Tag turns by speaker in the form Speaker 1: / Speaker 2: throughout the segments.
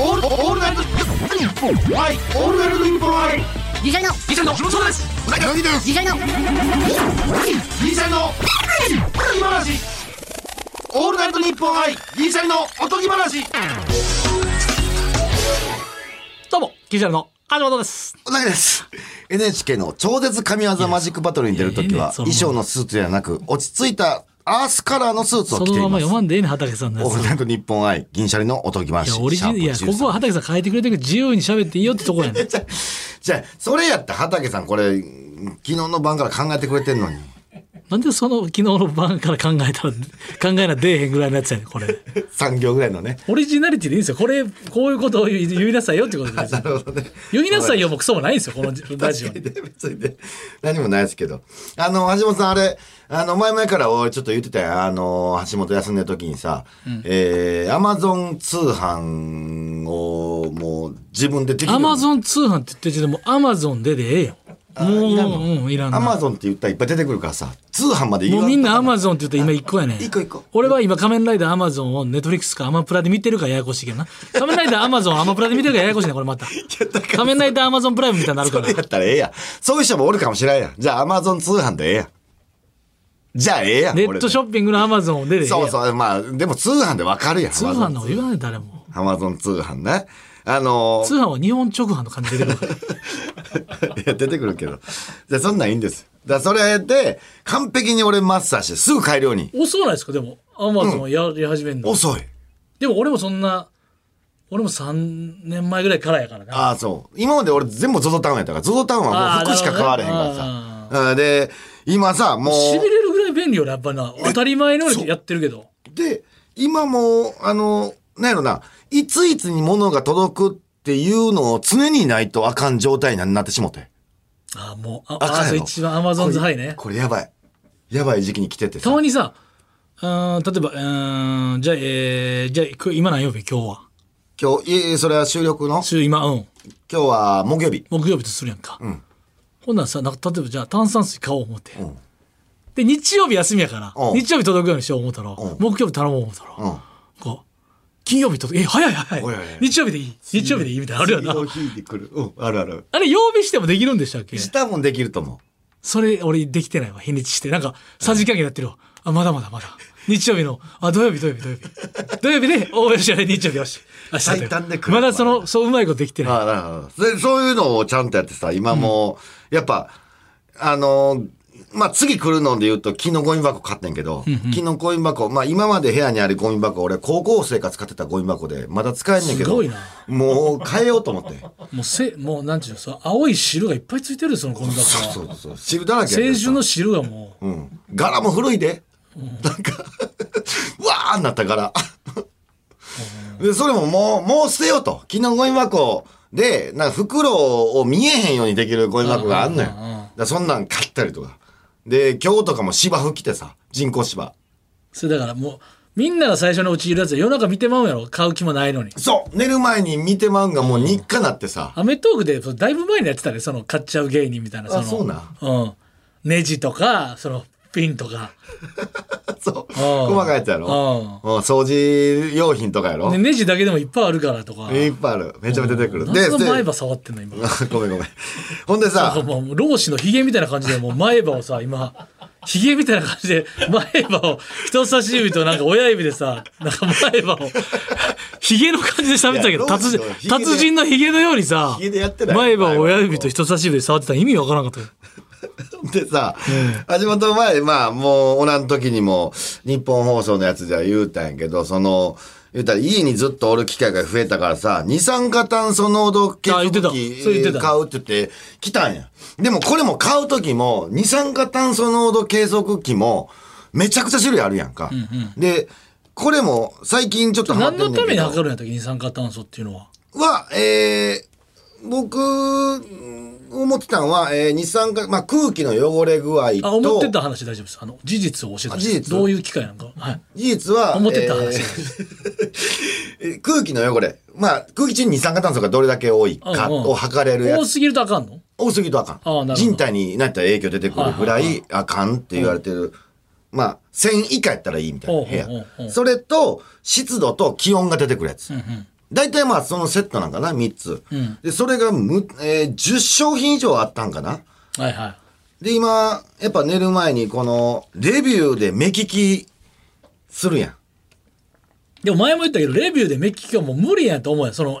Speaker 1: オールオールナイトニッポンはいオールナイトニッポンはい
Speaker 2: ギリシャリの
Speaker 1: ギシャリのそうです
Speaker 3: 何です
Speaker 2: ギリシャリの
Speaker 1: ギリシャリのおとぎ話オールナイトニッポンはいギリシャリのおとぎ話
Speaker 4: どうも、ギリシャルの橋本です。
Speaker 3: おなです NHK の超絶神業マジックバトルに出るとき
Speaker 4: いやいやいや
Speaker 3: はい
Speaker 4: やその
Speaker 3: 衣装のスーツではなく落ち着いたアースカラーのスーツを
Speaker 4: そ
Speaker 3: 着て
Speaker 4: の
Speaker 3: い
Speaker 4: まま
Speaker 3: ます
Speaker 4: 読まんでええねん、畑さんのや
Speaker 3: オール
Speaker 4: つ。
Speaker 3: ナイト日本愛銀シャリのおとぎ
Speaker 4: い
Speaker 3: 話
Speaker 4: や、オリジナル、い
Speaker 3: シャ
Speaker 4: や、
Speaker 3: ープ
Speaker 4: ここは畑さん変えてくれてるけど、自由に喋っていいよってとこやねん。
Speaker 3: じゃあじゃあそれやったら畑さんこれ昨日の晩から考えてくれてんのに
Speaker 4: なんでその昨日の晩から考えたら、 考えな出えへんぐらいのやつやねん、これ。
Speaker 3: 3行ぐらいのね
Speaker 4: オリジナリティでいいんですよ。これ、こういうことを言い言いなさいよってこと です
Speaker 3: な。るほどね
Speaker 4: 言いなさいよ、もうクソもないんですよ、このラジオに。
Speaker 3: 別にね何もないですけどあの橋本さんあれあの前々から俺ちょっと言ってたやんあの橋本休んでる時にさ、えー、アマゾン通販をもう自分でできる
Speaker 4: アマゾン通販って言ってる時点でもうアマゾンででええよ。もう、
Speaker 3: いらんの
Speaker 4: うん、いらん
Speaker 3: アマ
Speaker 4: な。
Speaker 3: ゾンって言ったらいっぱい出てくるからさ通販まで
Speaker 4: もうみんなアマ
Speaker 3: ゾ
Speaker 4: ゾンって言ったら今一個やねん。
Speaker 3: 一個一個
Speaker 4: 俺は今仮面ライダーアマゾンをネットフリックスかアマプラで見てるからややこしいけどな。仮面ライダーアマゾンアマプラで見てるからややこしいね、これ また。仮面ライダーアマゾンプライムみたいになるか
Speaker 3: そ
Speaker 4: ら
Speaker 3: れ。やったらええやんそういう人もおるかもしれんやんじゃあアマゾン通販でええやんじゃあええやん
Speaker 4: ネットショ
Speaker 3: ッ
Speaker 4: ッピングのアマゾンででええやん
Speaker 3: そうそうまあでも通販でわかるやん
Speaker 4: 通販のこと言わない誰も。
Speaker 3: アマゾン通販ねあのー
Speaker 4: 通販は日本直販の感じで出てくるから。
Speaker 3: いや、出てくるけど。じゃあそんなんいいんです。だからそれで、完璧に俺マスターして、すぐ改良に。
Speaker 4: 遅ないですか、でも。アマゾンやり始めるの。
Speaker 3: 遅い。
Speaker 4: でも俺もそんな、俺も3年前ぐらいからやからな。
Speaker 3: ああ、そう。今まで俺全部 ZOZO タウンやったから、ZOZO タウンはもう服しか買われへんからさ
Speaker 4: あ。
Speaker 3: うんで、今さ、も
Speaker 4: しび
Speaker 3: う、
Speaker 4: れるぐらい便利よなやっぱな当たり前のようにやってるけど
Speaker 3: で、今もう、あの、なんやろな、いついつに物が届くっていうのを常にないとあかん状態になってしもて。
Speaker 4: ああもうあ
Speaker 3: あかん
Speaker 4: あ
Speaker 3: や
Speaker 4: そう
Speaker 3: ろ
Speaker 4: 一番アマゾンズハイね
Speaker 3: これやばい。やばい時期に来てて
Speaker 4: た
Speaker 3: さ。
Speaker 4: まにさうーん例えばうーんじゃあえー、じゃあく今何曜日今日は
Speaker 3: 今日、いえいえ、それは収録の
Speaker 4: 週今うん
Speaker 3: 今日は木曜日。
Speaker 4: 木曜日とするやんか、ほんならさなんか例えばじゃあ炭酸水買おう思って、で日曜日休みやから、
Speaker 3: うん
Speaker 4: 日曜日届くようにしよう思ったら、木曜日頼もう思ったら、
Speaker 3: うん。
Speaker 4: こう金曜日届くえ早い早い
Speaker 3: おいおいおい
Speaker 4: 日曜日でいい日曜日でいいみたいなのあるよ
Speaker 3: 次
Speaker 4: な
Speaker 3: の日に来る。うん、あるある。
Speaker 4: あれ曜日してもできるんでしたっけ
Speaker 3: したもんできると思
Speaker 4: それ俺できてないわ日にちしてなんかさじ加減やってるわあまだまだまだ日曜日のあ土曜日土曜日土曜日土曜日で応援しない日曜日よし明日だよ
Speaker 3: 最短で来る
Speaker 4: まだそのそううまいことできて
Speaker 3: う。
Speaker 4: ない
Speaker 3: あなるほど。でそういうのをちゃんとやってさ、今もう、やっぱ、あのーまあ、次来るので言うと、木のゴミ箱買ってんけど、木のゴミ箱、まあ、今まで部屋にあるゴミ箱、俺、高校生が使ってたゴミ箱で、まだ使えんねんけ
Speaker 4: す
Speaker 3: ど
Speaker 4: ごいな、
Speaker 3: もう変えようと思って。
Speaker 4: もうせもうなんていうのその青い汁がいっぱいついてるそのゴミ箱は
Speaker 3: そ
Speaker 4: 青
Speaker 3: うそう。汁だらけやけどさ
Speaker 4: 春の汁がもう
Speaker 3: うん。柄も古いで。なんか、 うわーなった柄。で、それももう、もう捨てようと。昨日ゴミ箱で、なんか袋を見えへんようにできるゴミ箱があんのよ。だ
Speaker 4: うんうんうんうん
Speaker 3: からそんなん買ったりとか。で、今日とかも芝生着てさ、人工芝。
Speaker 4: それだからもうみんなが最初のうちいるやつは夜中見てまうんやろ買う気もないのに
Speaker 3: そう寝る前に見てまうんがもう日課なってさ。
Speaker 4: アメトークでそのだいぶ前にやってたねその買っちゃう芸人みたいなその
Speaker 3: そうなん
Speaker 4: うんネジとかそのピンとか
Speaker 3: そう。
Speaker 4: ああ
Speaker 3: 細かいやつやろ。うん掃除用品とかやろ
Speaker 4: で。ネジだけでもいっぱいあるからとか
Speaker 3: いっぱいある。めちゃめちゃ出てくる。
Speaker 4: なんでその
Speaker 3: 捨て
Speaker 4: 前歯触ってんの今
Speaker 3: ごめんごめん。ほんでさ、
Speaker 4: もう老子のヒゲみたいな感じでもう前歯をさ今 ヒゲみたいな感じで前歯を人差し指となんか親指でさなんか前歯をヒゲの感じで喋ってたけど
Speaker 3: いや老
Speaker 4: 達
Speaker 3: 子
Speaker 4: 人
Speaker 3: のヒゲで
Speaker 4: 達人のヒゲのようにさ
Speaker 3: ヒゲでやってない
Speaker 4: 前歯を親指と人差し指で触ってたら意味わからなかったよ
Speaker 3: でさ、橋本前、まあ、もう、おらん時にも、日本放送のやつでは言うたんやけど、その、言うたら、家にずっとおる機会が増えたからさ、二酸化炭素濃度計
Speaker 4: あ言ってた
Speaker 3: 測
Speaker 4: そう言って
Speaker 3: 器
Speaker 4: た
Speaker 3: 買うって言って、来たんや。でも、これも買う時も、二酸化炭素濃度計測器も、めちゃくちゃ種類あるやんか。で、これも、最近ちょっとハマってん
Speaker 4: 何
Speaker 3: ね
Speaker 4: の
Speaker 3: んけど
Speaker 4: ために測るんやったっけ二酸化炭素っていうのは
Speaker 3: は、えー、僕、うん思ってたんは、えー、二酸化、まあ、空気の汚れ具合と、
Speaker 4: あ思ってた話大丈夫ですあの事実を教えてほしい
Speaker 3: あ事実
Speaker 4: どういう機会なんかはい
Speaker 3: 事実は、
Speaker 4: 思ってた話
Speaker 3: えー えー空気の汚れ。まあ、空気中に二酸化炭素がどれだけ多いか
Speaker 4: うんうん
Speaker 3: を測れるや
Speaker 4: 多
Speaker 3: つ。
Speaker 4: すぎるとあかんの
Speaker 3: 多すぎるとあか。
Speaker 4: あーなんるほど
Speaker 3: 人体になったら影響出てくるぐらいあかんって言われてる。まあ、1000以下やったらいいみたいな部
Speaker 4: ほうほうほうほ
Speaker 3: 屋。
Speaker 4: う
Speaker 3: それと、湿度と気温が出てくるやつ。大体まあそのセットなんかな、3つ。で、それがむ、えー10商品以上あったんかな。
Speaker 4: はいは
Speaker 3: で、今、やっぱ寝る前にこの、レビューで目利きするやん。
Speaker 4: い。でも前も言ったけど、レビューで目利きはもう無理やと思うよ。その、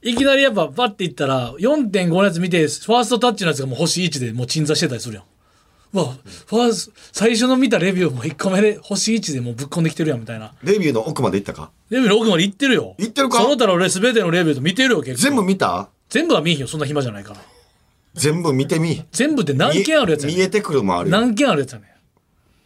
Speaker 4: いきなりやっぱパッていったら、4.5のやつ見て、ファーストタッチのやつがもう星1でもう鎮座してたりするやん。うわ、ファースト、最初の見たレビューも1個目で星1でもうぶっ込んできてるやんみたいな。
Speaker 3: レビューの奥まで行ったか
Speaker 4: レビューの奥まで行ってるよ。
Speaker 3: 行ってるか
Speaker 4: その他の俺全てのレビューと見てるよ、結構。
Speaker 3: 全部見た
Speaker 4: 全部は見えへんよ、そんな暇じゃないから。
Speaker 3: 全部見てみ。
Speaker 4: 全部って何件あるやつや
Speaker 3: 見え
Speaker 4: ね
Speaker 3: 見えてくるもあ
Speaker 4: ん。
Speaker 3: るよ。
Speaker 4: 何件あるやつやねん。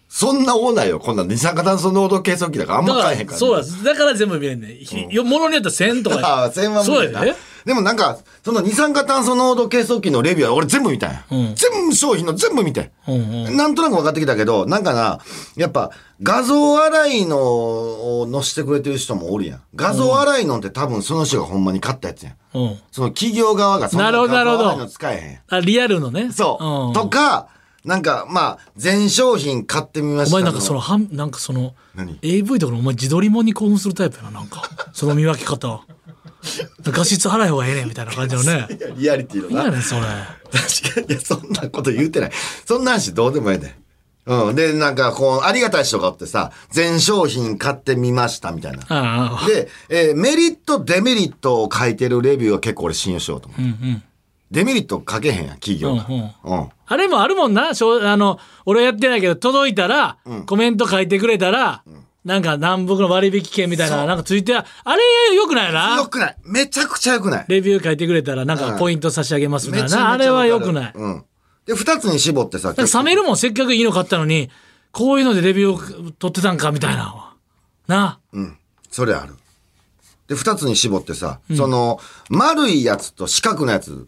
Speaker 3: そんな多ないよ。こんな二酸化炭素濃度計測器だからあん
Speaker 4: だ
Speaker 3: ま
Speaker 4: か
Speaker 3: 買
Speaker 4: ら、
Speaker 3: えへんから。
Speaker 4: そうや。だから全部見れんねん。ひよものによっては1000とかや。
Speaker 3: ああ、千万
Speaker 4: そう
Speaker 3: 分
Speaker 4: やで。
Speaker 3: でもなんか、その二酸化炭素濃度計測器のレビューは俺全部見たんや。
Speaker 4: うん
Speaker 3: 全部商品の全部見て、
Speaker 4: うんうん。
Speaker 3: なんとなく分かってきたけど、なんかな、やっぱ画像洗いのを載せてくれてる人もおるやん。画像洗いのって多分その人がほんまに買ったやつやん。
Speaker 4: うん。
Speaker 3: その企業側がそんな
Speaker 4: なるほ
Speaker 3: 画
Speaker 4: どなるほど
Speaker 3: 像洗いの使えへん。
Speaker 4: あ、リアルのね。
Speaker 3: そう。
Speaker 4: ん
Speaker 3: とか、なんかまあ、全商品買ってみまし
Speaker 4: お
Speaker 3: た。
Speaker 4: 前なんかその、はん、なんかその
Speaker 3: 何、
Speaker 4: AV とかのお前自撮りもんに興奮するタイプやな、なんか。その見分け方。画質払い方がええねんみたいな感じの ね。
Speaker 3: いやリアリティのな
Speaker 4: 何や。ねん、それ。
Speaker 3: 確かに、いや、そんなこと言うてない。そんな話どうでもええで。うん。で、なんか、こう、ありがたい人がおってさ、全商品買ってみました、みたいな。
Speaker 4: ああ、
Speaker 3: で、えーメリット、デメリットを書いてるレビューは結構俺信用しようと思う。
Speaker 4: うんうん。
Speaker 3: デメリット書けへんやん、企業が。
Speaker 4: うんうん
Speaker 3: うん。
Speaker 4: あれもあるもんな。しょうあの、俺やってないけど、届いたら、コメント書いてくれたら、なんか南北の割引券みたいな、なんかついてあ、あれよくないよ
Speaker 3: よ
Speaker 4: な。
Speaker 3: くない。めちゃくちゃよくない。
Speaker 4: レビュー書いてくれたら、なんかポイント差し上げますみ
Speaker 3: め
Speaker 4: た
Speaker 3: ち
Speaker 4: い
Speaker 3: ゃめちゃ
Speaker 4: な。あれはよく
Speaker 3: わ
Speaker 4: ない
Speaker 3: か。るうん。で、二つに絞ってさ、
Speaker 4: なんか冷めるもん、せっかくいいの買ったのに、こういうのでレビューを取ってたんか、みたいな。な
Speaker 3: うん。それある。で、二つに絞ってさ、その、丸いやつと四角のやつ、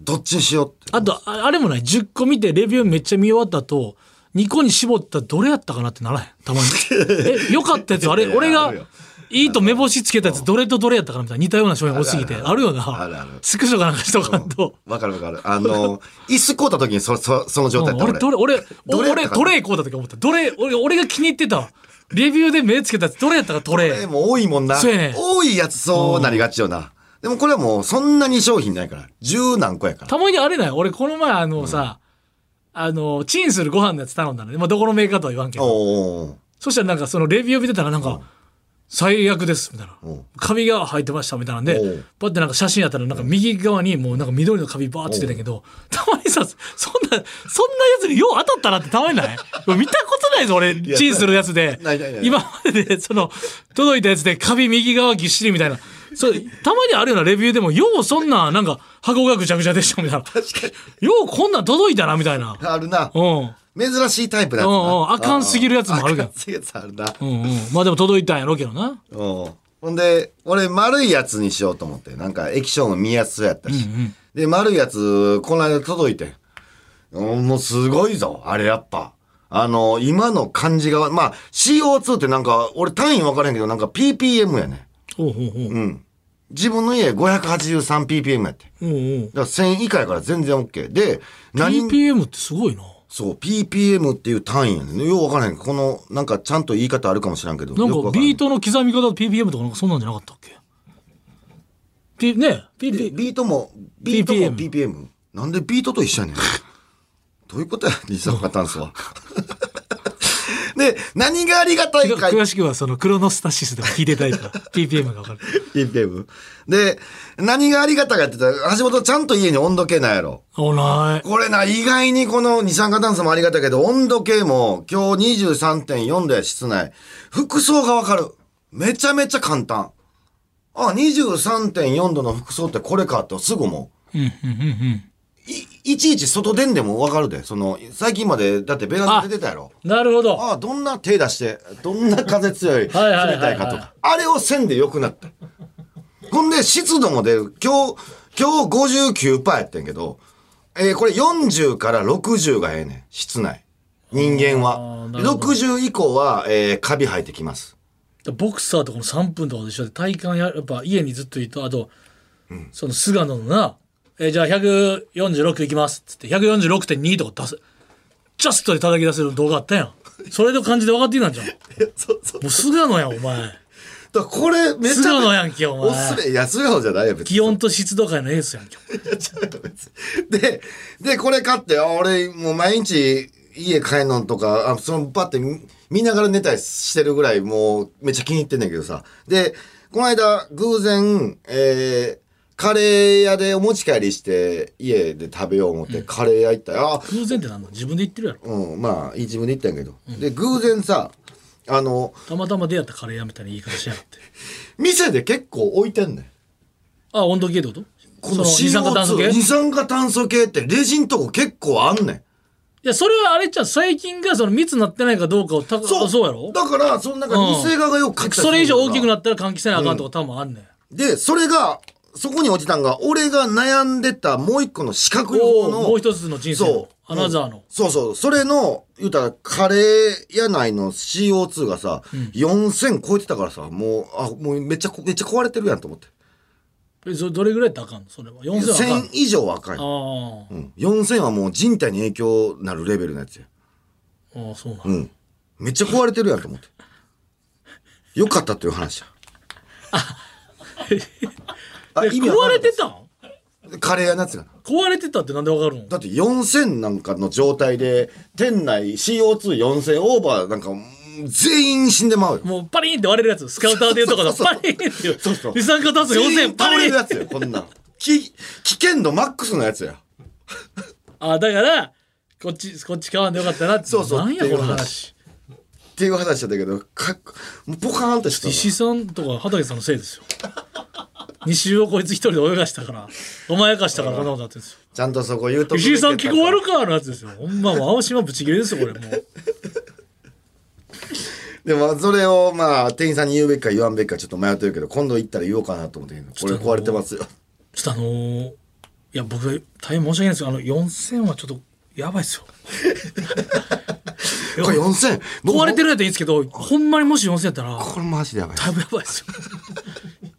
Speaker 3: どっちにしようって。
Speaker 4: あ。と、ああれもない。10個見て、レビューめっちゃ見終わった後、2個に絞ったらどれやったかなってならへん。たまに。え、よかったやつ、あ
Speaker 3: い
Speaker 4: れ、
Speaker 3: や
Speaker 4: 俺
Speaker 3: あ
Speaker 4: が
Speaker 3: るよ、
Speaker 4: いいと目星つけたやつ、どれとどれやったかなみたいな。似たような商品多すぎて。
Speaker 3: ある
Speaker 4: あるよ
Speaker 3: あるあ
Speaker 4: な
Speaker 3: る。
Speaker 4: スクショかなんかしとかんと。
Speaker 3: わかるわかる。あ の、椅子こうた時にそ、そ、その状態
Speaker 4: う
Speaker 3: だ
Speaker 4: ん俺、
Speaker 3: った
Speaker 4: どれ、俺、
Speaker 3: どれやったかな
Speaker 4: 俺、トレイこうだとか思った。どれ、俺、俺が気に入ってた、レビューで目つけたやつ、どれやったかトレ
Speaker 3: で
Speaker 4: イ。
Speaker 3: も多いもんな。
Speaker 4: そうやね
Speaker 3: 多いやつそうなりがちよな。でもこれはもうそんなに商品ないから。十何個やから。
Speaker 4: たまにあれない俺この前あのさ、あのチンするご飯のやつ頼んだのね、まあ、どこのメーカーとは言わんけど
Speaker 3: おー
Speaker 4: そしたらなんかそのレビュー見てたらなんか、最悪ですみたいな
Speaker 3: うん
Speaker 4: カビが生えてましたみたいなん
Speaker 3: お
Speaker 4: で
Speaker 3: う
Speaker 4: パッてなんか写真やったらなんか右側にもうなんか緑のカビバーって出てたけどたまにさそんなそんなやつによう当たったなってたまにない見たことないぞ俺チンするやつで
Speaker 3: ないないない
Speaker 4: 今まででその届いたやつでカビ右側ぎっしりみたいなそうたまにあるようなレビューでもようそんななんか箱がぐちゃぐちゃでしたみたいなようこんなん届いたなみたいな
Speaker 3: あるな
Speaker 4: う。ん
Speaker 3: 珍しいタイプだ
Speaker 4: うんうんあかんすぎるやつもあるけど
Speaker 3: あかんすぎるやつあるな。
Speaker 4: うんうんまあでも届いたんやろうけどな
Speaker 3: うんほんで、俺、丸いやつにしようと思って。なんか、液晶も見やすそうやったし。で、丸いやつ、この間届いて。うんもうすごいぞ、あれやっぱ。あの、今の感じが、まあ、CO2 ってなんか、俺単位分からへんけど、なんか PPM やね。
Speaker 4: ほうほうほう
Speaker 3: うん。自分の家 583ppm やって。
Speaker 4: うんうん
Speaker 3: だから1000以下やから全然 OK。で、何、
Speaker 4: PPM ってすごいな。
Speaker 3: そう、ppm っていう単位やねん。よう分からへん。この、なんかちゃんと言い方あるかもしらんけど。
Speaker 4: な
Speaker 3: よく
Speaker 4: んか
Speaker 3: わらへ
Speaker 4: ビートの刻み方と PPM とかなんかそんなんじゃなかったっけピね PP
Speaker 3: ビートも、ビートも
Speaker 4: BPM
Speaker 3: BPM? なんでビートと一緒やねん。どういうことや、二酸化炭素は。で、何がありがたいか
Speaker 4: 詳しくはそのクロノスタシスでも聞いていただいたら PPM が分かる。
Speaker 3: BPM。で、何がありがたいかって言ったら、橋本ちゃんと家に温度計ないやろ。
Speaker 4: おない。
Speaker 3: これな、意外にこの二酸化炭素もありがたいけど、温度計も今日23.4度や室内。服装がわかる。めちゃめちゃ簡単。あ、23.4度の服装ってこれかってすぐもう。
Speaker 4: うんうんうんうん。
Speaker 3: いいちいち外出んでもわかるで。その、最近まで、だってベランダ出てたやろ。
Speaker 4: なるほど。
Speaker 3: ああ、どんな手出して、どんな風強 い、冷
Speaker 4: はいはいはいはい
Speaker 3: たいかとか。あれをせんでよくなった。ほんで、湿度も出る。今日、今日59%やってんけど、えーこれ40から60がええねん。室内。人間は
Speaker 4: あ。ーなるほど
Speaker 3: 60以降は、えーカビ生えてきます。
Speaker 4: ボクサーとかの3分とかで一緒で体感ややっぱ家にずっといるとあと、その菅野のな、えーじゃあ146いきますっつって146.2とか出すジャストで 叩き出せる動画あったやんそれの感じで分かってきたんじゃんもう菅野やんお前
Speaker 3: だからこれめちゃめち
Speaker 4: 菅野
Speaker 3: ゃ
Speaker 4: やんけお前
Speaker 3: おすすめいや菅野じゃないよ別に
Speaker 4: 気温と湿度界のエースやんけ
Speaker 3: で、で、これ買って、あ俺、もう毎日家帰んのとか、あそのパって見見ながら寝たりしてるぐらい、もうめっちゃ気に入ってんだけどさ。で、この間、偶然、えー、カレー屋でお持ち帰りして、家で食べよう思って、カレー屋行ったら、あ、
Speaker 4: 偶然ってなんの自分で言ってるやろ
Speaker 3: うん、まあ、いい自分で行ったんやけど。で、偶然さ、あの、
Speaker 4: たまたま出会ったカレー屋みたいな言い方しやがって
Speaker 3: 店で結構置いてんねん。
Speaker 4: あ温度計ってこと
Speaker 3: この
Speaker 4: そ二酸化炭素
Speaker 3: CO2
Speaker 4: 計
Speaker 3: 二酸化炭素系ってレジンとこ結構あんねん。
Speaker 4: いや、それはあれじゃう細菌がその密になってないかどうかをた
Speaker 3: そう
Speaker 4: そうやろ
Speaker 3: だから、その中に
Speaker 4: うん
Speaker 3: 偽側がよく書き
Speaker 4: それ以上大きく
Speaker 3: な
Speaker 4: なったら換気せなあかんとか多分あんねん。
Speaker 3: で、それが、そこに落ちたんが、俺が悩んでたもう一個の資格の
Speaker 4: お
Speaker 3: 方
Speaker 4: お
Speaker 3: の、
Speaker 4: もう一つの人生の
Speaker 3: そう。
Speaker 4: アナザーの。
Speaker 3: そうそう。それの、言うたら、カレー屋内の CO2 がさ、4000超えてたからさ、もう、あ、もうめっちゃこ、めっちゃ壊れてるやんと思って。
Speaker 4: えそれどれぐらいやったらあかんのそれは。4000はあかん
Speaker 3: 1000以上はあかん
Speaker 4: あ
Speaker 3: よ。
Speaker 4: ー
Speaker 3: うん。4000はもう人体に影響なるレベルのやつや。
Speaker 4: あー、そうなん、
Speaker 3: うん。めっちゃ壊れてるやんと思って。よかったという話や。あ、意味わか
Speaker 4: 壊
Speaker 3: る
Speaker 4: れてたん
Speaker 3: カレー屋のやつがな。
Speaker 4: 壊れてたってなんでわかるの
Speaker 3: だって4000なんかの状態で、店内 CO24000 オーバーなんか、全員死んでまうよ。
Speaker 4: もうパリーンって割れるやつ。スカウターでいうとかの
Speaker 3: そうそう
Speaker 4: パ
Speaker 3: そう
Speaker 4: リーンっていう
Speaker 3: そうそう。
Speaker 4: 二酸化炭素
Speaker 3: 全員
Speaker 4: 4000
Speaker 3: 倒
Speaker 4: パ
Speaker 3: れ
Speaker 4: リ
Speaker 3: る
Speaker 4: ー
Speaker 3: や
Speaker 4: ン。
Speaker 3: つよ、こんなん。き、危険度マックスのやつや。
Speaker 4: あー、だから、こっち、こっち買わんでよかったなって。
Speaker 3: そうそう
Speaker 4: なんやこ
Speaker 3: っ
Speaker 4: の
Speaker 3: ていう
Speaker 4: 話。
Speaker 3: っていう話だったけど、かっもうポカーンとしてた
Speaker 4: 石井さんとか畑さんのせいですよ二周をこいつ一人で泳がしたから甘やかしたからこんなことなってるんですよ
Speaker 3: ちゃんとそこ言うとこ
Speaker 4: 石井さん聞こえる
Speaker 3: か
Speaker 4: かのやつですよほんまもう青島ぶち切れですよこれもう
Speaker 3: でも、それをまあ、店員さんに言うべきか言わんべきかちょっと迷ってるけど、今度行ったら言おうかなと思ってんけど、
Speaker 4: ちょっと
Speaker 3: これ壊れてます よ。
Speaker 4: ちょっとあのーいや僕大変申し訳ないんですけどあの4000はちょっとやばいですよ
Speaker 3: これ4000。僕
Speaker 4: 壊れてるやつはいいんですけどほんまにもし4000やったら
Speaker 3: これマジでやばい。
Speaker 4: だいぶやばいですよ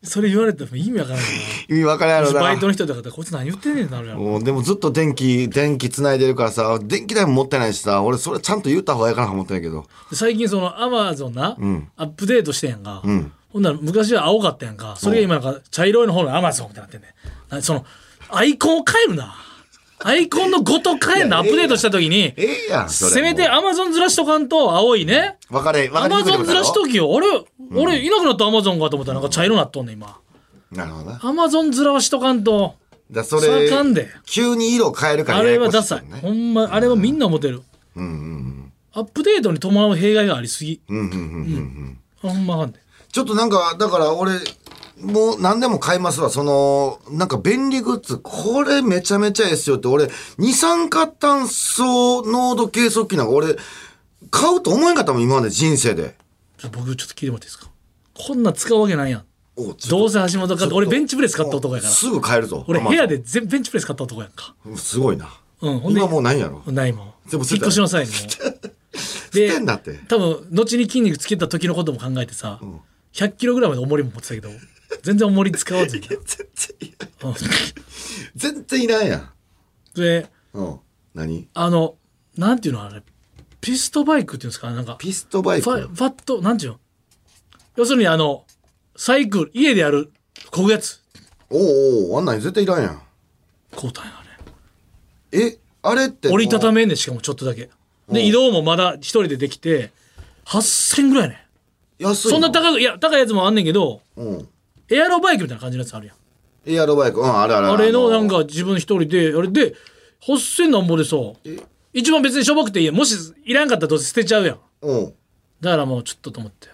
Speaker 4: それ言われても意味わからない
Speaker 3: 意味わからんやろ
Speaker 4: な
Speaker 3: な。
Speaker 4: バイトの人だからこいつ何言ってんねんってなるやろ
Speaker 3: もうでもずっと電気、電気繋いでるからさ、電気代も持ってないしさ、俺それちゃんと言った方がいいかなと思ってんやけど。
Speaker 4: で最近そのアマゾンな、アップデートしてんやんか、
Speaker 3: ん
Speaker 4: ほんなら昔は青かったやんかそれが今なんか茶色いの方のアマゾンみたいになってんねんなそのアイコンを変えるなアイコンのごと変えんなアップデートした時に
Speaker 3: ええやん、それ。
Speaker 4: せめてアマゾンずらしとかんと青いね
Speaker 3: もう。分かれ、分か
Speaker 4: ア
Speaker 3: れ
Speaker 4: マ
Speaker 3: にくい
Speaker 4: ゾ
Speaker 3: こ
Speaker 4: ン
Speaker 3: と
Speaker 4: ず
Speaker 3: や
Speaker 4: ら
Speaker 3: ろ
Speaker 4: しときよ俺俺いなくなったアマゾンかと思ったらなんか茶色なっとんねん今
Speaker 3: なるほどな。だか
Speaker 4: アマゾンずらはしとかんと
Speaker 3: らそ
Speaker 4: それ
Speaker 3: れ
Speaker 4: あかんで、
Speaker 3: 急に色変えるから
Speaker 4: あれは
Speaker 3: ややこ
Speaker 4: ダ
Speaker 3: し
Speaker 4: サい
Speaker 3: もんね
Speaker 4: ほんまあれはみんな思てる
Speaker 3: うんうん
Speaker 4: アップデートに伴う弊害がありすぎ
Speaker 3: うん。うんうんうんうんうん。
Speaker 4: ほんまあかんで
Speaker 3: ちょっとなんか、だから俺、もう何でも買いますわ。その、なんか便利グッズ、これめちゃめちゃええっすよって、俺、二酸化炭素濃度計測器なんか俺、買うと思えんかったもん、今まで人生で。
Speaker 4: ちょっと僕ちょっと聞いてもらっていいですかこんなん使うわけないやん
Speaker 3: おちょっと
Speaker 4: どうせ橋本かって俺ベンチプレス買った男やから
Speaker 3: すぐ買えるぞ。
Speaker 4: 俺
Speaker 3: まあ
Speaker 4: 部屋で全ベンチプレス買った男やんか
Speaker 3: すごいな。
Speaker 4: うんほんで
Speaker 3: 今もうないんやろ。
Speaker 4: ないもん
Speaker 3: 全
Speaker 4: 引っ
Speaker 3: 部捨てた
Speaker 4: 越しの際にもで
Speaker 3: 捨てんだって
Speaker 4: 多分後に筋肉つけた時のことも考えてさ、1 0 0キロぐらいまで重りも持ってたけど全然重り使わずに、
Speaker 3: 全然いらん、
Speaker 4: う
Speaker 3: 全然いらんやん。
Speaker 4: んで
Speaker 3: うん。何
Speaker 4: あのなんていうのあれピストバイクっていうんですかなんか
Speaker 3: ピストバイ
Speaker 4: ファ
Speaker 3: ク
Speaker 4: ファットなんていうの要するにあのサイクル家でやるこぐやつ
Speaker 3: おうおうあんなん絶対いらんやん。
Speaker 4: こうたんやあれ
Speaker 3: えあれって。
Speaker 4: 折りたた
Speaker 3: め。
Speaker 4: めんねんしかもちょっとだけで移動もまだ一人でできて8000ぐらいね
Speaker 3: 安い。
Speaker 4: そんな高くいや高いやつもあんねんけど
Speaker 3: うん。
Speaker 4: エアロバイクみたいな感じのやつあるやん
Speaker 3: エアロバイク。うん、あれあれ。
Speaker 4: あれの
Speaker 3: あ
Speaker 4: なん。か自分一人であれで8000なんぼでさ一番別にしょぼくていいやんもしいらんかったらどうせ捨てちゃうやん
Speaker 3: うん。
Speaker 4: だからもうちょっとと思って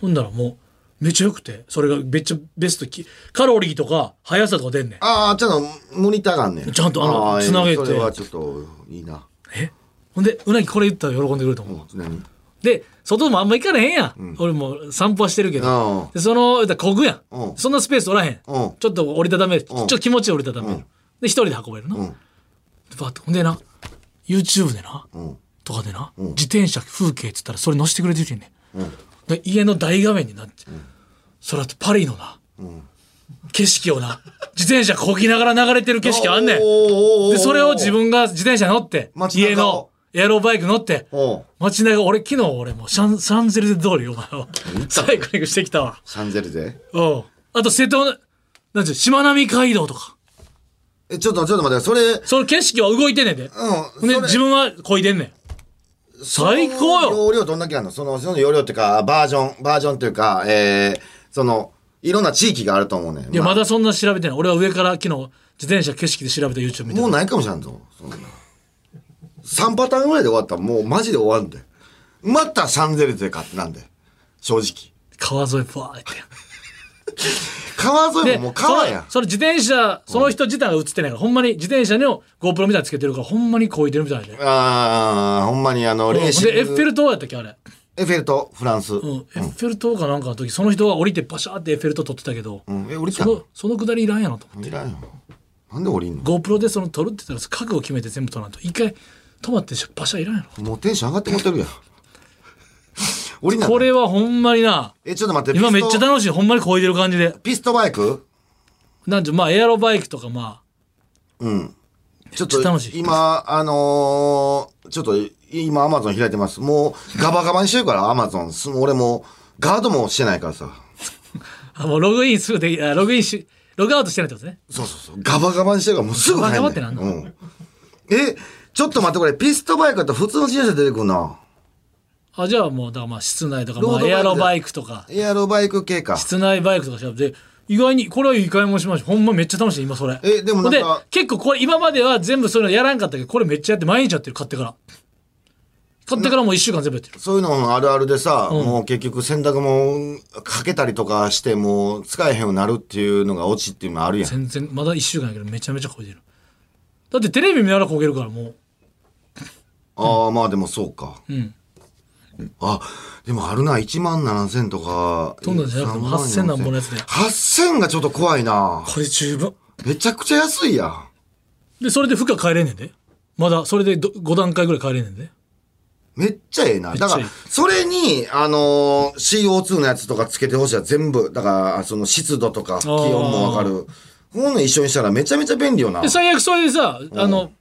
Speaker 4: ほんならもうめちゃよくてそれがめっちゃベストきカロリーとか速さとか出んねん
Speaker 3: ああ、ちゃんとモニターがあんねん。
Speaker 4: ちゃんとあの
Speaker 3: あーええ
Speaker 4: 繋げて
Speaker 3: それはちょっと、いいな。
Speaker 4: えほんでうなぎこれ言ったら喜んでくれると思
Speaker 3: う
Speaker 4: う
Speaker 3: ん、何
Speaker 4: で外もあんま行かれへんやん、俺も散歩はしてるけ
Speaker 3: ああ
Speaker 4: どでその言うたらこぐやん、
Speaker 3: うん
Speaker 4: そんなスペースおらへん、
Speaker 3: うん
Speaker 4: ちょっと折りたためる、ちょ
Speaker 3: ん
Speaker 4: っと気持ち折りたためる、
Speaker 3: うん
Speaker 4: で一人で運べるな、
Speaker 3: う
Speaker 4: で
Speaker 3: ん。
Speaker 4: バッとほんでな YouTube でな、
Speaker 3: うん。
Speaker 4: とかでな、
Speaker 3: ん
Speaker 4: 自転車風景っつったらそれ載せてくれてるしね、で家の大画面になって、それだとパリのな、景色をな自転車こぎながら流れてる景色あんねん
Speaker 3: おーおーおーおー
Speaker 4: でそれを自分が自転車乗って
Speaker 3: 街中を
Speaker 4: 家のエアロバイク乗って
Speaker 3: おう
Speaker 4: 街中俺昨日俺もうシャンシャンゼリゼ通りお前はサイクリングしてきたわ
Speaker 3: サンゼルゼ
Speaker 4: うんあと瀬戸なんていうしまなみ海道とか
Speaker 3: え、ちょっと、ちょっと待って、それ、
Speaker 4: その景色は動いてんねんで、
Speaker 3: うん。
Speaker 4: で
Speaker 3: それ
Speaker 4: 自分はこいでんねん最
Speaker 3: そ
Speaker 4: 高よ
Speaker 3: の容量どんだけあるのその、その容量っていうか、バージョン、バージョンっていうか、えー、その、いろんな地域があると思うねん。
Speaker 4: いや
Speaker 3: まあ
Speaker 4: まだそんな調べてない俺は上から昨日自転車景色で調べた YouTube 見て
Speaker 3: もうないかもしれんぞ。そんな。3パターンぐらいで終わったら、もうマジで終わるんで。またサンゼルゼかってなんで。正直。
Speaker 4: 川沿いバーって
Speaker 3: 川沿い
Speaker 4: で
Speaker 3: ももう川やん。
Speaker 4: そのその自転車その人自体が映ってないから、ほんまに自転車の GoPro みたいなのつけてるからほんまにこいでるみたいで、
Speaker 3: あー、ほんまにあの、
Speaker 4: うんで
Speaker 3: レーシング。
Speaker 4: エッフェル塔やったっけあれ、
Speaker 3: エッフェル塔、フランス。う
Speaker 4: うん、エ
Speaker 3: ん。
Speaker 4: ッフェル塔かなんかの時その人が降りてバシャーってエッフェル塔撮ってたけど、
Speaker 3: え、降りた
Speaker 4: そのそのくだりいらんやろと
Speaker 3: いらんよ。なんで降りんの
Speaker 4: GoPro でその撮るって言ったら覚悟決めて全部撮らんと一回止まってバシャいらんやろ
Speaker 3: もうテンション上がって持ってるやん。降りな
Speaker 4: こ
Speaker 3: い。
Speaker 4: れはほんまにな
Speaker 3: え、ちょっと待って。
Speaker 4: 今めっ
Speaker 3: ピ
Speaker 4: ち
Speaker 3: ス
Speaker 4: ゃ
Speaker 3: ト
Speaker 4: 楽しいほんまにこいでる感じで
Speaker 3: ピストバイク
Speaker 4: なんてまあエアロバイクとかまあ
Speaker 3: ちょっ
Speaker 4: めっちゃ
Speaker 3: と
Speaker 4: 楽しい
Speaker 3: 今、あのーちょっと今アマゾン開いてます。もうガバガバにしてるから、アマゾン。す俺もうガードもしてないからさ。
Speaker 4: あもうログインすぐできあログインしログアウトしてないってことね
Speaker 3: そうそうそう。ガバガバにしてるからもうすぐ入んね
Speaker 4: ガバガバってなんの
Speaker 3: うん。え、ちょっと待って、これピストバイクだと普通の自転車出てくるな。
Speaker 4: あじゃあもうだからまあ室内とか
Speaker 3: ロードバイ
Speaker 4: まあ
Speaker 3: クで
Speaker 4: エアロバイクとか
Speaker 3: エアロバイク系か。
Speaker 4: 室内バイクとか調べて意外にこれはいい買い物しましたほんまめっちゃ楽しい今それ
Speaker 3: えでもなんか
Speaker 4: ほ結構これ今までは全部そういうのやらんかったけどこれめっちゃやって毎日やってる買ってから買ってからもう1週間全部やってる
Speaker 3: そういうのもあるあるでさ、
Speaker 4: うん
Speaker 3: もう結局洗濯もかけたりとかして、もう使えへんようになるっていうのがオチっていうのもあるやん。
Speaker 4: 全然まだ1週間やけどめちゃめちゃ焦げるだってテレビ見ながら焦げるからも
Speaker 3: ああ、まあでもそうか。
Speaker 4: ううん
Speaker 3: あ、でもあるな、1万7000とか。
Speaker 4: どんどんじゃなくても8000なんぼのやつで
Speaker 3: 8000がちょっと怖いな。
Speaker 4: これ十分
Speaker 3: めちゃくちゃ安いやん。
Speaker 4: でそれで負荷変えれんねんでまだそれで5段階ぐらい変えれんねんで
Speaker 3: めっちゃええな。
Speaker 4: っちゃ
Speaker 3: だ
Speaker 4: いい
Speaker 3: から、それに、あのー CO2 のやつとかつけてほしいや全部。だから、その湿度とか気温もわかる。こういうの一緒にしたらめちゃめちゃ便利よな
Speaker 4: で。最悪それでさあの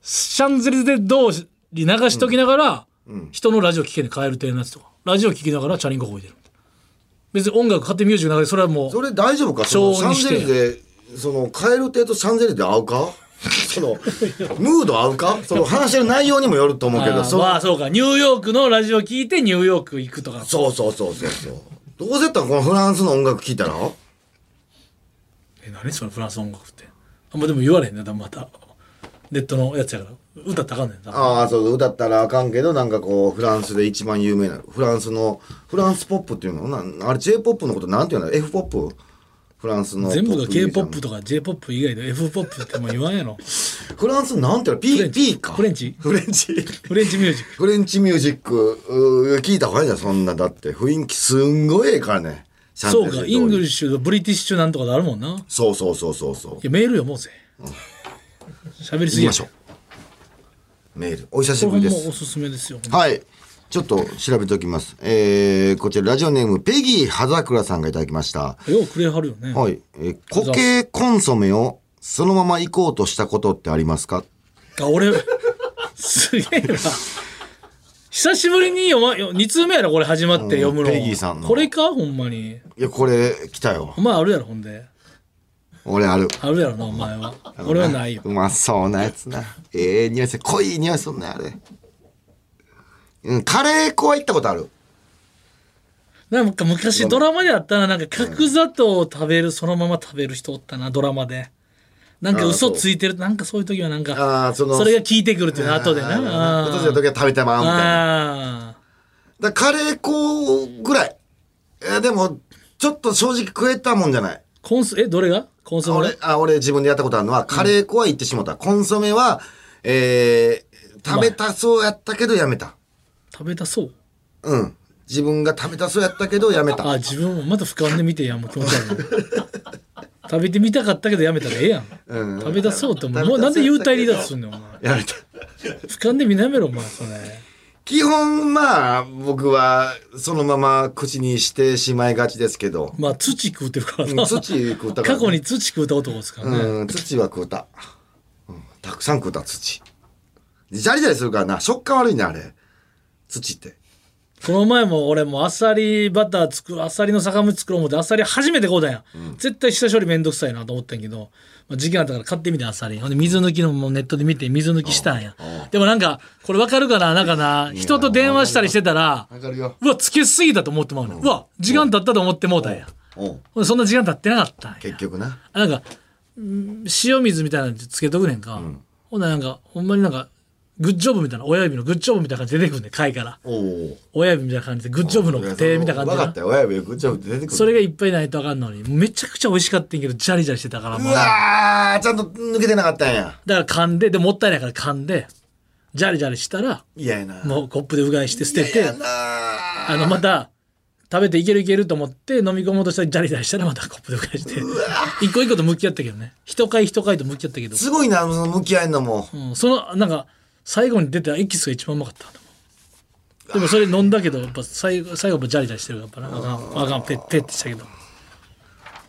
Speaker 4: シャンゼリゼ通り流しときながら、人のラジオ聴けんねん帰るてのやつとかラジオ聴きながらチャリンコこいでる別に音楽勝手にミュージック流れてそれはも
Speaker 3: そうれ大丈夫かその
Speaker 4: 調
Speaker 3: シャ
Speaker 4: に
Speaker 3: ン
Speaker 4: し
Speaker 3: ゼ
Speaker 4: て
Speaker 3: リゼ、その、カエル亭とシャンゼリゼ合うかそ の、ムード合うかその話してる内容にもよると思うけ
Speaker 4: あ
Speaker 3: ど、
Speaker 4: ー
Speaker 3: そ
Speaker 4: ま
Speaker 3: の
Speaker 4: あそうかニューヨークのラジオ聴いてニューヨーク行くとか
Speaker 3: そうそうそうそうそう。どうせやったらこのフランスの音楽聴いたら
Speaker 4: え何そのフランス音楽ってあんまでも言われへんねだまたネットのやつやから歌ったらあかんねんな
Speaker 3: ああ、そう、歌ったらあかんけど、なんかこう、フランスで一番有名な、フランスの、フランスポップっていうのなんあれ J-POP のことなんて言うの ?F-POP? フランスの。
Speaker 4: 全部が
Speaker 3: ポップミュージシャン
Speaker 4: K-POP とか J-POP 以外で F-POP ってもう言わんやろ
Speaker 3: フランスなんて言うの ?P、P か。
Speaker 4: フレンチ
Speaker 3: フレンチ。
Speaker 4: フレンチミュージック
Speaker 3: フレンチミュージック、うー聞いた方がいいじゃん、そんな。だって、雰囲気すんごいええからね。シャンゼ
Speaker 4: そう
Speaker 3: リゼ
Speaker 4: か
Speaker 3: 通り
Speaker 4: イングリッシュとブリティッシュなんとかであるもんない
Speaker 3: そうそうそうそうそう。
Speaker 4: やメール読もうぜ喋り
Speaker 3: 行
Speaker 4: すぎ
Speaker 3: き
Speaker 4: や
Speaker 3: ましょう。メール。お久し
Speaker 4: こ
Speaker 3: ぶ
Speaker 4: れ
Speaker 3: り
Speaker 4: も
Speaker 3: で
Speaker 4: う
Speaker 3: す。
Speaker 4: おすすめですよ
Speaker 3: はい。ちょっと調べておきます。えー、こちらラジオネーム、ペギー葉桜さんがいただきました。
Speaker 4: ようくれはるよね
Speaker 3: はい。えー固形コンソメをそのまま行こうとしたことってありますか
Speaker 4: あ俺すげえな久しぶりに読ま2通目やろこれ始まって読
Speaker 3: う
Speaker 4: むの
Speaker 3: んペギーさんの
Speaker 4: これかほんまに
Speaker 3: いや、これ、来たよ
Speaker 4: お。前あるやろほんで
Speaker 3: 俺ある。
Speaker 4: あるやろなお前 は俺はないよ
Speaker 3: うまそうなやつな。ええ匂いする。濃い匂いすんね、あれ。うん、カレー粉は行ったことある。
Speaker 4: なんか昔ドラマであったな、なんか角砂糖を食べる、そのまま食べる人おったな、ドラマで。なんか
Speaker 3: ああそ
Speaker 4: 嘘
Speaker 3: う
Speaker 4: ついてる、なんかそういう時はなん
Speaker 3: あ
Speaker 4: か、
Speaker 3: あその
Speaker 4: れが効いてくるっていうの後でな。ああ
Speaker 3: お父さんの時は食べたまんみたいな。
Speaker 4: ああ
Speaker 3: だからカレー粉ぐらい。えーでも、ちょっと正直食えたもんじゃない。
Speaker 4: コンソえ、どれがコンソメ
Speaker 3: 俺、あ、俺自分でやったことあるのは、カレー粉は行ってしまった。コンソメは、えー、食べたそうやったけどやめた。
Speaker 4: 食べたそう。
Speaker 3: うん。自分が食べたそうやったけどやめた。
Speaker 4: あ、自分もまた俯瞰で見てやん、もう気持ち悪いな。 食べてみたかったけどやめたらええやん。
Speaker 3: うん
Speaker 4: 食べたそうって思う。
Speaker 3: 食べたそ
Speaker 4: も
Speaker 3: う
Speaker 4: うなんで幽体離脱すんねん、お前。
Speaker 3: やめた。
Speaker 4: 俯瞰で見なめろ、お前、それ。
Speaker 3: 基本、まあ、僕は、そのまま口にしてしまいがちですけど、
Speaker 4: まあ、土食うてるから
Speaker 3: うん
Speaker 4: な。
Speaker 3: 土食うたから
Speaker 4: 過去に土食うた男ですからね。
Speaker 3: うん、土は食うた。うんたくさん食うた、土。ジャリジャリするからな、食感悪いね、あれ。土って。
Speaker 4: この前も俺もあさりバター作るあさりの酒蒸し作ろう思ってあさり初めてこうだんや、絶対下処理めんどくさいなと思ったんやけど、まあ、時間あったから買ってみてあさりほんで水抜きのもネットで見て水抜きしたんやでもなんかこれわかるかななんかな人と電話したりしてたら
Speaker 3: わかるよ。
Speaker 4: うわつけすぎたと思ってまうの、うわ時間経ったと思ってもうたんや、
Speaker 3: うん。
Speaker 4: ほんでそんな時間経ってなかったんや
Speaker 3: 結局な。
Speaker 4: なんかうん塩水みたいなのつけとくねんか、ほんならなんかほんまになんかグッジョブみたいな親指のグッジョブみたいな感じで出てくるねん貝から
Speaker 3: おお。
Speaker 4: 親指みたいな感じでグッジョブの手みたいな
Speaker 3: わか
Speaker 4: 感
Speaker 3: っ
Speaker 4: じで
Speaker 3: たよ。親指、グッジョブって出てくる。
Speaker 4: それがいっぱいないとあかんのにめちゃくちゃ美味しかったんやけどジャリジャリしてたから
Speaker 3: う
Speaker 4: もうだか
Speaker 3: わー、ちゃんと抜けてなかったんや。
Speaker 4: ら噛んででもったいないから噛んでジャリジャリしたら
Speaker 3: 嫌やな。
Speaker 4: もうコップでうがいして捨てて
Speaker 3: 嫌やな
Speaker 4: あのまた食べていけるいけると思って飲み込もうとしたらジャリジャリしたらまたコップでうがいして一個一個と向き合ったけどね一回一回と向き合ったけど
Speaker 3: すごいな、その向き合いのも。
Speaker 4: うん、そのなんか最後に出たエキスが一番うまかったでもそれ飲んだけどやっぱ最後最後もジャリジャリしてるからやっぱなあかんあかんペッペッてしたけど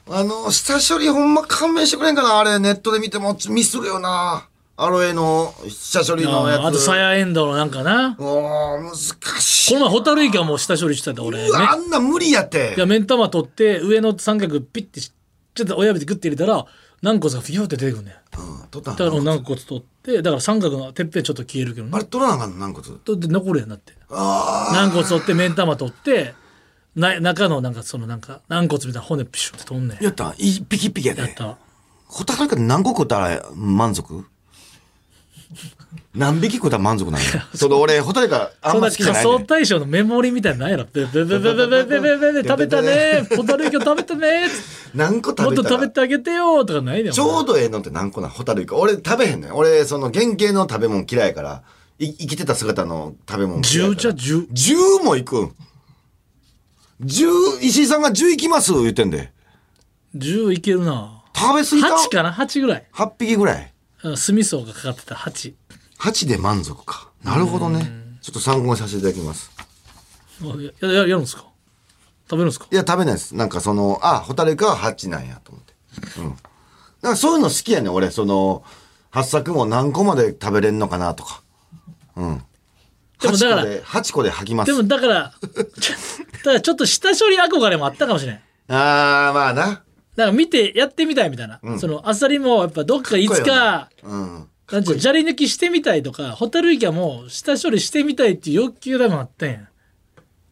Speaker 3: あの、下処理ほんま勘弁してくれんかなあれ、ネットで見てもミスるよな。アロエの下処理のやつ。
Speaker 4: ああとサヤエンドウのなんかなこ
Speaker 3: おー、難しい。
Speaker 4: の前ホタルイカも下処理してた俺
Speaker 3: うわ
Speaker 4: め
Speaker 3: あんな無理やって
Speaker 4: いや目ん玉取って上の三角ピッてしちょっと親指でグッて入れたら軟骨がフィヨーって出てくるね
Speaker 3: うん取ったん
Speaker 4: だから軟骨取ってだから三角のてっぺんちょっと消えるけど
Speaker 3: あ
Speaker 4: ね
Speaker 3: れ取らなあかんの軟骨
Speaker 4: とで残るやんなって
Speaker 3: あ
Speaker 4: 軟骨取って目ん玉取ってな中のなんかそのなんか軟骨みたいな骨ピシュって取んねん
Speaker 3: あやったん一匹一匹やで
Speaker 4: やった
Speaker 3: ホタルイカ何個食ったら満 足何匹食ったら満足なのその俺ホタルイカあ
Speaker 4: そ
Speaker 3: ん
Speaker 4: ん
Speaker 3: ま
Speaker 4: な
Speaker 3: 好きじゃ
Speaker 4: 仮
Speaker 3: ない
Speaker 4: 想
Speaker 3: ねん
Speaker 4: 大賞のメモリみたいなのないやろ。ブブブブブブブブブブ食べたね。ホタルイカ食べたね。
Speaker 3: 何個
Speaker 4: もっ
Speaker 3: 食べ
Speaker 4: と
Speaker 3: た
Speaker 4: 食べ
Speaker 3: ら
Speaker 4: てあげてよとかないで
Speaker 3: ちょ
Speaker 4: も
Speaker 3: うどええのって何個なんホタルイカ俺食べへんねん俺その原型の食べ物嫌いやからい生きてた姿の食べ物嫌いや
Speaker 4: 10
Speaker 3: から
Speaker 4: じゃ10
Speaker 3: 10もいくん10石井さんが10いきます言ってんで
Speaker 4: 10いけるな
Speaker 3: 食べ過ぎた
Speaker 4: 8かな8ぐらい
Speaker 3: 8匹ぐらい
Speaker 4: うん酢味噌がかかってた8
Speaker 3: 8で満足かなるほどねちょっと参考にさせていただきます
Speaker 4: やややるんですか食べるんですか
Speaker 3: いや食べないですなんかそのあホタルイカは8なんやと思ってうんだからそういうの好きやねん俺その発作も何個まで食べれんのかなとかうん
Speaker 4: でもだか
Speaker 3: 8個
Speaker 4: ら
Speaker 3: で8個で吐きま
Speaker 4: ですもだからちょだからちょっと下処理憧れもあったかもしれない
Speaker 3: あーまあな
Speaker 4: だから見てやってみたいみたいな、そのあさりもやっぱどっかいつか
Speaker 3: うん
Speaker 4: なんちゅう砂利抜きしてみたいとかホタルイカも下処理してみたいっていう欲求でもあったんや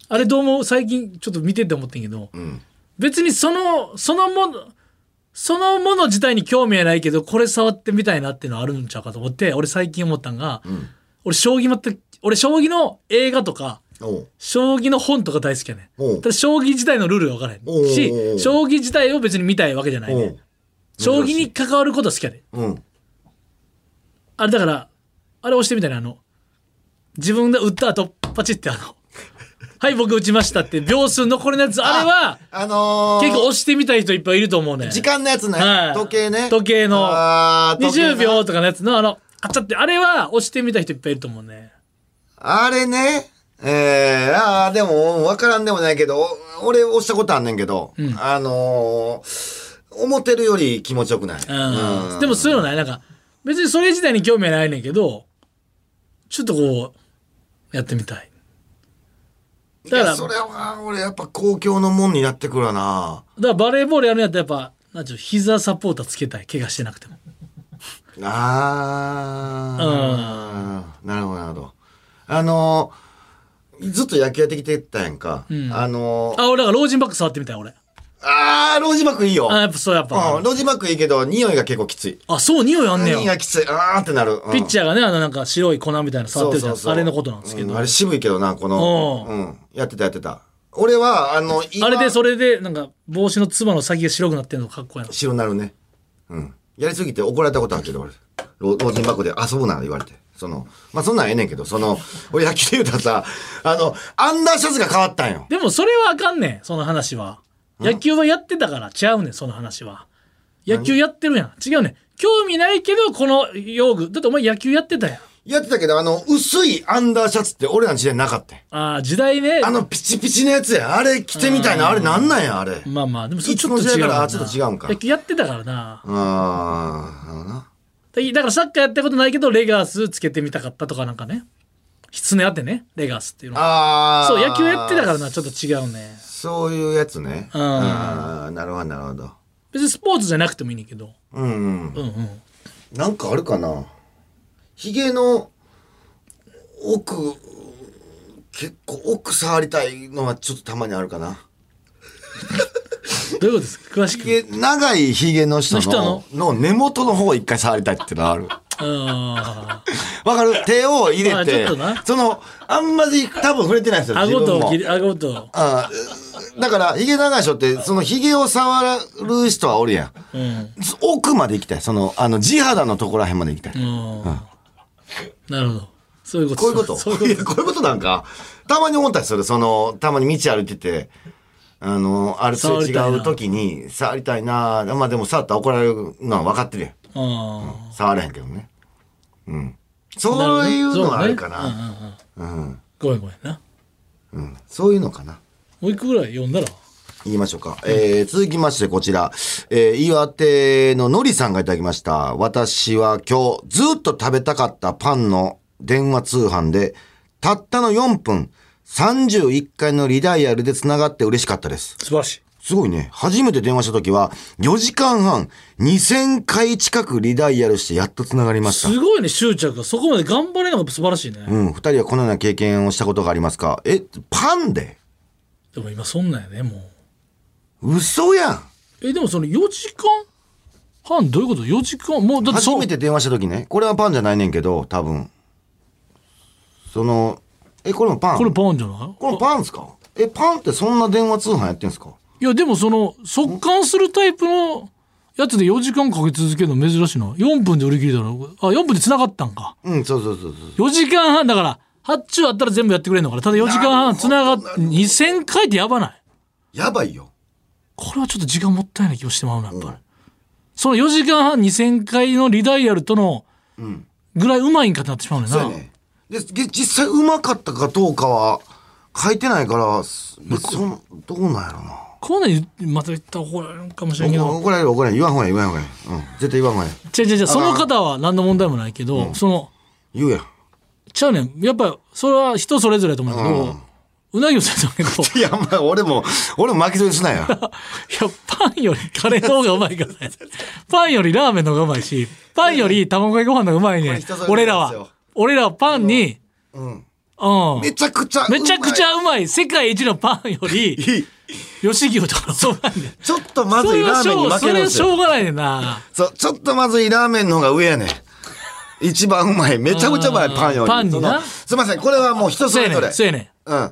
Speaker 4: あれどうも最近ちょっと見てて思ってんけど、
Speaker 3: ん
Speaker 4: 別にそのそのものそのもの自体に興味はないけどこれ触ってみたいなっていうのはあるんちゃうかと思って俺最近思ったんが、俺将棋全く俺将棋の映画とか
Speaker 3: おう
Speaker 4: 将棋の本とか大好きやね
Speaker 3: おうん
Speaker 4: ただ将棋自体のルールが分からへ
Speaker 3: おうおうおうん
Speaker 4: し将棋自体を別に見たいわけじゃない
Speaker 3: お
Speaker 4: ね
Speaker 3: う
Speaker 4: 将棋に関わることは好きやで、
Speaker 3: うん
Speaker 4: あれだから、あれ押してみたいな、あの、自分で打った後、パチってあの、はい、僕打ちましたって、秒数残りのやつ、あれは、
Speaker 3: あのー、
Speaker 4: 結構押してみたい人いっぱいいると思うね。
Speaker 3: 時間のやつね、
Speaker 4: はい
Speaker 3: 時計ね
Speaker 4: 時計の
Speaker 3: あー時計な
Speaker 4: 20秒とかのやつの、あの、あちゃって、あれは押してみたい人いっぱいいると思うね。
Speaker 3: あれね、えー、ああ、でも、わからんでもないけど、お俺、押したことあんねんけど、あのー、思ってるより気持ちよくない。
Speaker 4: うん。でもそういうのない。なんか、別にそれ自体に興味はないねんけど、ちょっとこう、やってみたい。
Speaker 3: い
Speaker 4: だから
Speaker 3: や、それは、俺、やっぱ公共のもんになってくるわな。
Speaker 4: だからバレーボールやるんやったらやっぱ、なんちゅう、膝サポーターつけたい。怪我してなくても。
Speaker 3: あー。なるほど、なるほど。あのー、ずっと野球やってきてたやんか。あのー、
Speaker 4: あ、俺だから老人バッグ触ってみたい、俺。
Speaker 3: あー、ロージバックいいよ。
Speaker 4: あ、
Speaker 3: う
Speaker 4: やっぱそう、やっぱ。
Speaker 3: ん、ロージバックいいけど、匂いが結構きつい。
Speaker 4: あ、そう、匂いあんね
Speaker 3: 匂い
Speaker 4: や。
Speaker 3: がきつい。あーってなる。うん
Speaker 4: ピッチャーがね、あのなんか白い粉みたいなの触ってるじゃん。
Speaker 3: そうそうそう
Speaker 4: あれのことなんですけど。
Speaker 3: うんあれ渋いけどなこの
Speaker 4: う
Speaker 3: うんやってたやってた俺はあの今
Speaker 4: あれでそれで、なんか帽子のつばの先が白くなってんのかっこいいな。
Speaker 3: 白になるねうんやりすぎて怒られたことあるけど俺老老人箱で遊ぶな言われてそのまあそんなんええねんけどその俺野球で言うたらさあのアンダーシャツが変わったんよ
Speaker 4: でもそれはあかんねん、その話は。野球はやってたから、違うねん、その話は。野球やってるやん。違うねん。興味ないけど、この用具。だってお前野球やってたやん。
Speaker 3: やってたけどあの薄いアンダーシャツって俺らの時代なかったん
Speaker 4: ああ、時代ね。
Speaker 3: あのピチピチのやつやあれ着てみたいなあれなんなんやあれ
Speaker 4: まあまあ、でもそれ
Speaker 3: いつ
Speaker 4: ちょっ
Speaker 3: の
Speaker 4: と
Speaker 3: 時代
Speaker 4: 違う
Speaker 3: か
Speaker 4: もん
Speaker 3: ら
Speaker 4: な。
Speaker 3: あちょっと違うんか
Speaker 4: 野球やってたからな。
Speaker 3: ああなるほどな
Speaker 4: でだからサッカーやったことないけどレガースつけてみたかったとかなんかね狐あってねレガースっていうのは
Speaker 3: ああ。
Speaker 4: そう野球やってたからなちょっと違うね
Speaker 3: そういうやつね。
Speaker 4: ん
Speaker 3: ああ、なるほど、なるほど。
Speaker 4: 別にスポーツじゃなくてもいいねんけど
Speaker 3: うん、うん。
Speaker 4: うんうん
Speaker 3: なんかあるかな。ヒゲの奥、結構奥触りたいのはちょっとたまにあるかな。
Speaker 4: どういうことですか詳し
Speaker 3: ヒ
Speaker 4: く
Speaker 3: ゲ長いヒゲの人の
Speaker 4: の人
Speaker 3: の
Speaker 4: の
Speaker 3: 根元の方を一回触りたいってのはある。
Speaker 4: あー
Speaker 3: わかる手を入
Speaker 4: ま
Speaker 3: れて
Speaker 4: あちょっとな、
Speaker 3: その、あんまり多分触れてないんですよ、自
Speaker 4: 顎
Speaker 3: 分
Speaker 4: と
Speaker 3: も
Speaker 4: 切。り顎と
Speaker 3: ああだから、ヒゲ長い人って、そのヒゲを触る人はおるやん。
Speaker 4: うん
Speaker 3: 奥まで行きたい。その、あの、地肌のところらへんまで行きたい。
Speaker 4: うんなるほどそういうこと
Speaker 3: こういうこと
Speaker 4: そうそういう
Speaker 3: いやこういうことなんか。たまに思ったりする。その、たまに道歩いてて、あの、あるすれ
Speaker 4: 触りたい
Speaker 3: 違
Speaker 4: な
Speaker 3: う時に、触りたいなまあでも触ったら怒られるのは分かってるやん。
Speaker 4: ことあ
Speaker 3: 触れへんけどね。うん。
Speaker 4: ーなるほど
Speaker 3: そう
Speaker 4: ね
Speaker 3: いうのはあるか
Speaker 4: そうね
Speaker 3: な。
Speaker 4: うんうんうん
Speaker 3: うん。
Speaker 4: ごめんごめんな
Speaker 3: うん。そういうのかな。
Speaker 4: もう一個ぐらい読んだら
Speaker 3: 言いましょうか。えー、続きましてこちら。えー、岩手ののりさんがいただきました。私は今日ずっと食べたかったパンの電話通販で、たったの4分、31回のリダイヤルで繋がって嬉しかったです。
Speaker 4: 素晴らしい
Speaker 3: すごいね。初めて電話した時は、4時間半、2000回近くリダイヤルしてやっと繋がりました。
Speaker 4: すごいね執着がそこまで頑張れるのが素晴らしいね、
Speaker 3: うん、二人はこのような経験をしたことがありますかえ、パンで
Speaker 4: でも今そんなんやねもう
Speaker 3: 嘘やん
Speaker 4: えでもその4時間半どういうこと4時間もうだって
Speaker 3: 初
Speaker 4: そう
Speaker 3: めて電話した時ねこれはパンじゃないねんけど多分そのえこれもパン
Speaker 4: これ
Speaker 3: ン
Speaker 4: パンじゃない
Speaker 3: これパンですかえパンってそんな電話通販やってんすか
Speaker 4: いやでもその速乾するタイプのやつで4時間かけ続けるの珍しいな4分で売り切れたらあ4分で繋がったんか
Speaker 3: うんそうそうそうそう
Speaker 4: 4時間半だから発注あったら全部やってくれるのからただ4時間半繋がって2000回ってやばない
Speaker 3: やばいよ
Speaker 4: これはちょっと時間もったいない気がしてまうなやっぱり、その4時間半2000回のリダイヤルとのぐらいうまいんかってなってしまうねんな
Speaker 3: そうやねでげ実際うまかったかどうかは書いてないからす別にそんどうなんやろうな
Speaker 4: こうなにまた言ったら怒られるかもしれんけど
Speaker 3: 怒怒られる怒られる言わんほうがいい言わんほうがいい、うん、絶対言わんほうがいい
Speaker 4: 違う違う違うその方は何の問題もないけど、その
Speaker 3: 言うやん
Speaker 4: ちゃうねんやっぱそれは人それぞれやと思うんだけど、うなぎをさんだけど い
Speaker 3: いやまあ俺も俺も巻き添えすなや
Speaker 4: やパンよりカレーの方がうまい からねパンよりラーメンの方がうまいしパンより卵かけご飯の方がうまい
Speaker 3: こ
Speaker 4: ね
Speaker 3: れ人それぞれ
Speaker 4: 俺ら
Speaker 3: ですよ
Speaker 4: は俺らはパンに
Speaker 3: うん
Speaker 4: うん
Speaker 3: めちゃくちゃうまい
Speaker 4: めちゃくちゃうまい世界一のパンより
Speaker 3: いい
Speaker 4: 吉牛とかそうまいねん
Speaker 3: ちょっとま
Speaker 4: そ
Speaker 3: ずい
Speaker 4: れ
Speaker 3: ラー
Speaker 4: はし
Speaker 3: メンに
Speaker 4: ょう
Speaker 3: 負
Speaker 4: そ
Speaker 3: けるん
Speaker 4: れ
Speaker 3: で
Speaker 4: は
Speaker 3: す
Speaker 4: し
Speaker 3: よ
Speaker 4: ょうがないねんな
Speaker 3: そう、ちょっとまずいラーメンの方が上やねん。一番うまい。めちゃくちゃうまい、パンより。
Speaker 4: パンに
Speaker 3: その
Speaker 4: な
Speaker 3: すいません、これはもう人そ
Speaker 4: そう
Speaker 3: れ
Speaker 4: や
Speaker 3: ぞ
Speaker 4: ね
Speaker 3: れ。
Speaker 4: んそうやねん
Speaker 3: うん。や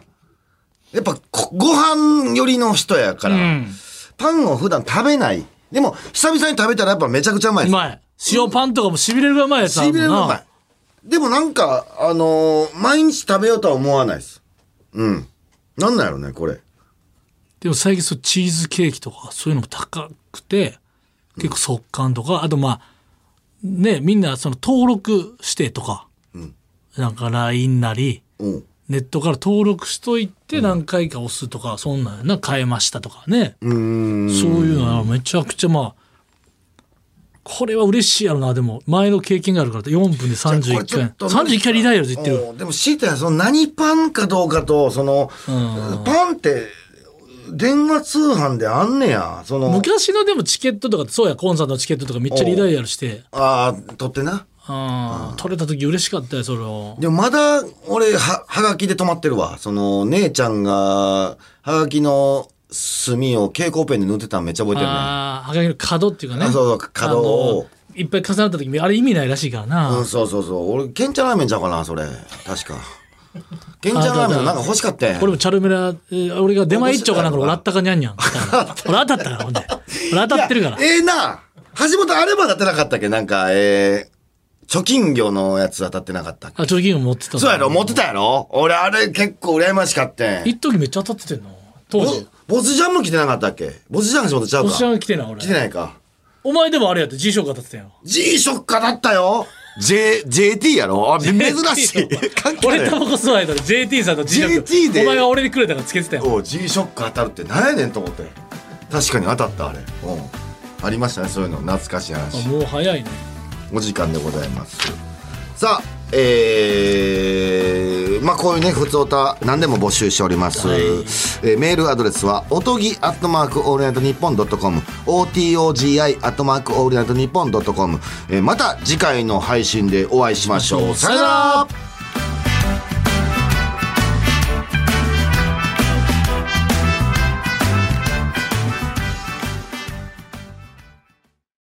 Speaker 3: っぱこ、ご飯寄りの人やから、
Speaker 4: ん
Speaker 3: パンを普段食べない。でも、久々に食べたらやっぱめちゃくちゃうまいで
Speaker 4: う
Speaker 3: す。
Speaker 4: まい塩パンとかもしびれるぐらいうまいやつあ
Speaker 3: し
Speaker 4: る
Speaker 3: びれ
Speaker 4: もん
Speaker 3: るうま。
Speaker 4: ない
Speaker 3: でもなんか、あのー毎日食べようとは思わないです。うん。なんなんやろね、これ。
Speaker 4: でも最近そうチーズケーキとかそういうのも高くて結構速乾とかあとまあねみんなその登録してとか、なんか LINE なり
Speaker 3: うん。
Speaker 4: ネットから登録しといて何回か押すとか、そんなんやな変えましたとかね、
Speaker 3: うーん。
Speaker 4: そういうのはめちゃくちゃまあこれは嬉しいやろなでも前の経験があるから4分で
Speaker 3: じゃあこれちょ
Speaker 4: 31
Speaker 3: っと
Speaker 4: 回31回リダイヤルで言ってる
Speaker 3: うんでも強いてはその何パンかどうかとその
Speaker 4: うん
Speaker 3: パンって電話通販であんねやその
Speaker 4: 昔のでもチケットとかってそうやコンサートのチケットとかめっちゃリダイヤルして
Speaker 3: ああ取ってな
Speaker 4: ああ取れた時嬉しかったよそれを
Speaker 3: でもまだ俺ははがきで止まってるわその姉ちゃんがはがきの墨を蛍光ペンで塗ってたのめっちゃ覚えてるね
Speaker 4: ああはがきの角っていうかね
Speaker 3: あそうそう角を
Speaker 4: あのいっぱい重なった時にあれ意味ないらしいからな、
Speaker 3: うんそうそうそう俺けんちゃんラーメンちゃうかなそれ確かけんちゃんラーメンのなんか欲しかったやん
Speaker 4: これもチャルメラ、えー俺が出前一丁かなんかの俺あったかにゃんにゃんみたいな俺当たったからほんで俺当たってるから
Speaker 3: いやええな橋本あれば当てなかったっけなんか、えー、貯金魚のやつ当たってなかったっけ
Speaker 4: あ貯金を持ってた
Speaker 3: そうやろ持ってたやろ俺あれ結構羨ましかったん
Speaker 4: 一時めっちゃ当たっててんの当時
Speaker 3: ボボスジャンも来てなかったっけボスジャン橋本ちゃう
Speaker 4: お
Speaker 3: か
Speaker 4: っしゃん来てない俺
Speaker 3: 来てないか。
Speaker 4: お前でもあれやって辞書が当たってたよ
Speaker 3: G ショッカーだったよ !J、JT やろあ、珍しい。関係
Speaker 4: 俺タ
Speaker 3: ない。
Speaker 4: バコ吸われたら JT さんと辞書
Speaker 3: JT で
Speaker 4: お前が俺にくれたからつけてたよ
Speaker 3: おう G ショッカー当たるって何やねんと思って。確かに当たったあれ。うん。ありましたね、そういうの。懐かしい話。
Speaker 4: あもう早いね
Speaker 3: お時間でございますさあえー、まあこういうね普通おた何でも募集しております、えーメールアドレスはおとぎアットマークオールナイトニッポンドットコム OTOGI アットマークオールナイトニッポンドットコムまた次回の配信でお会いしましょうさよなら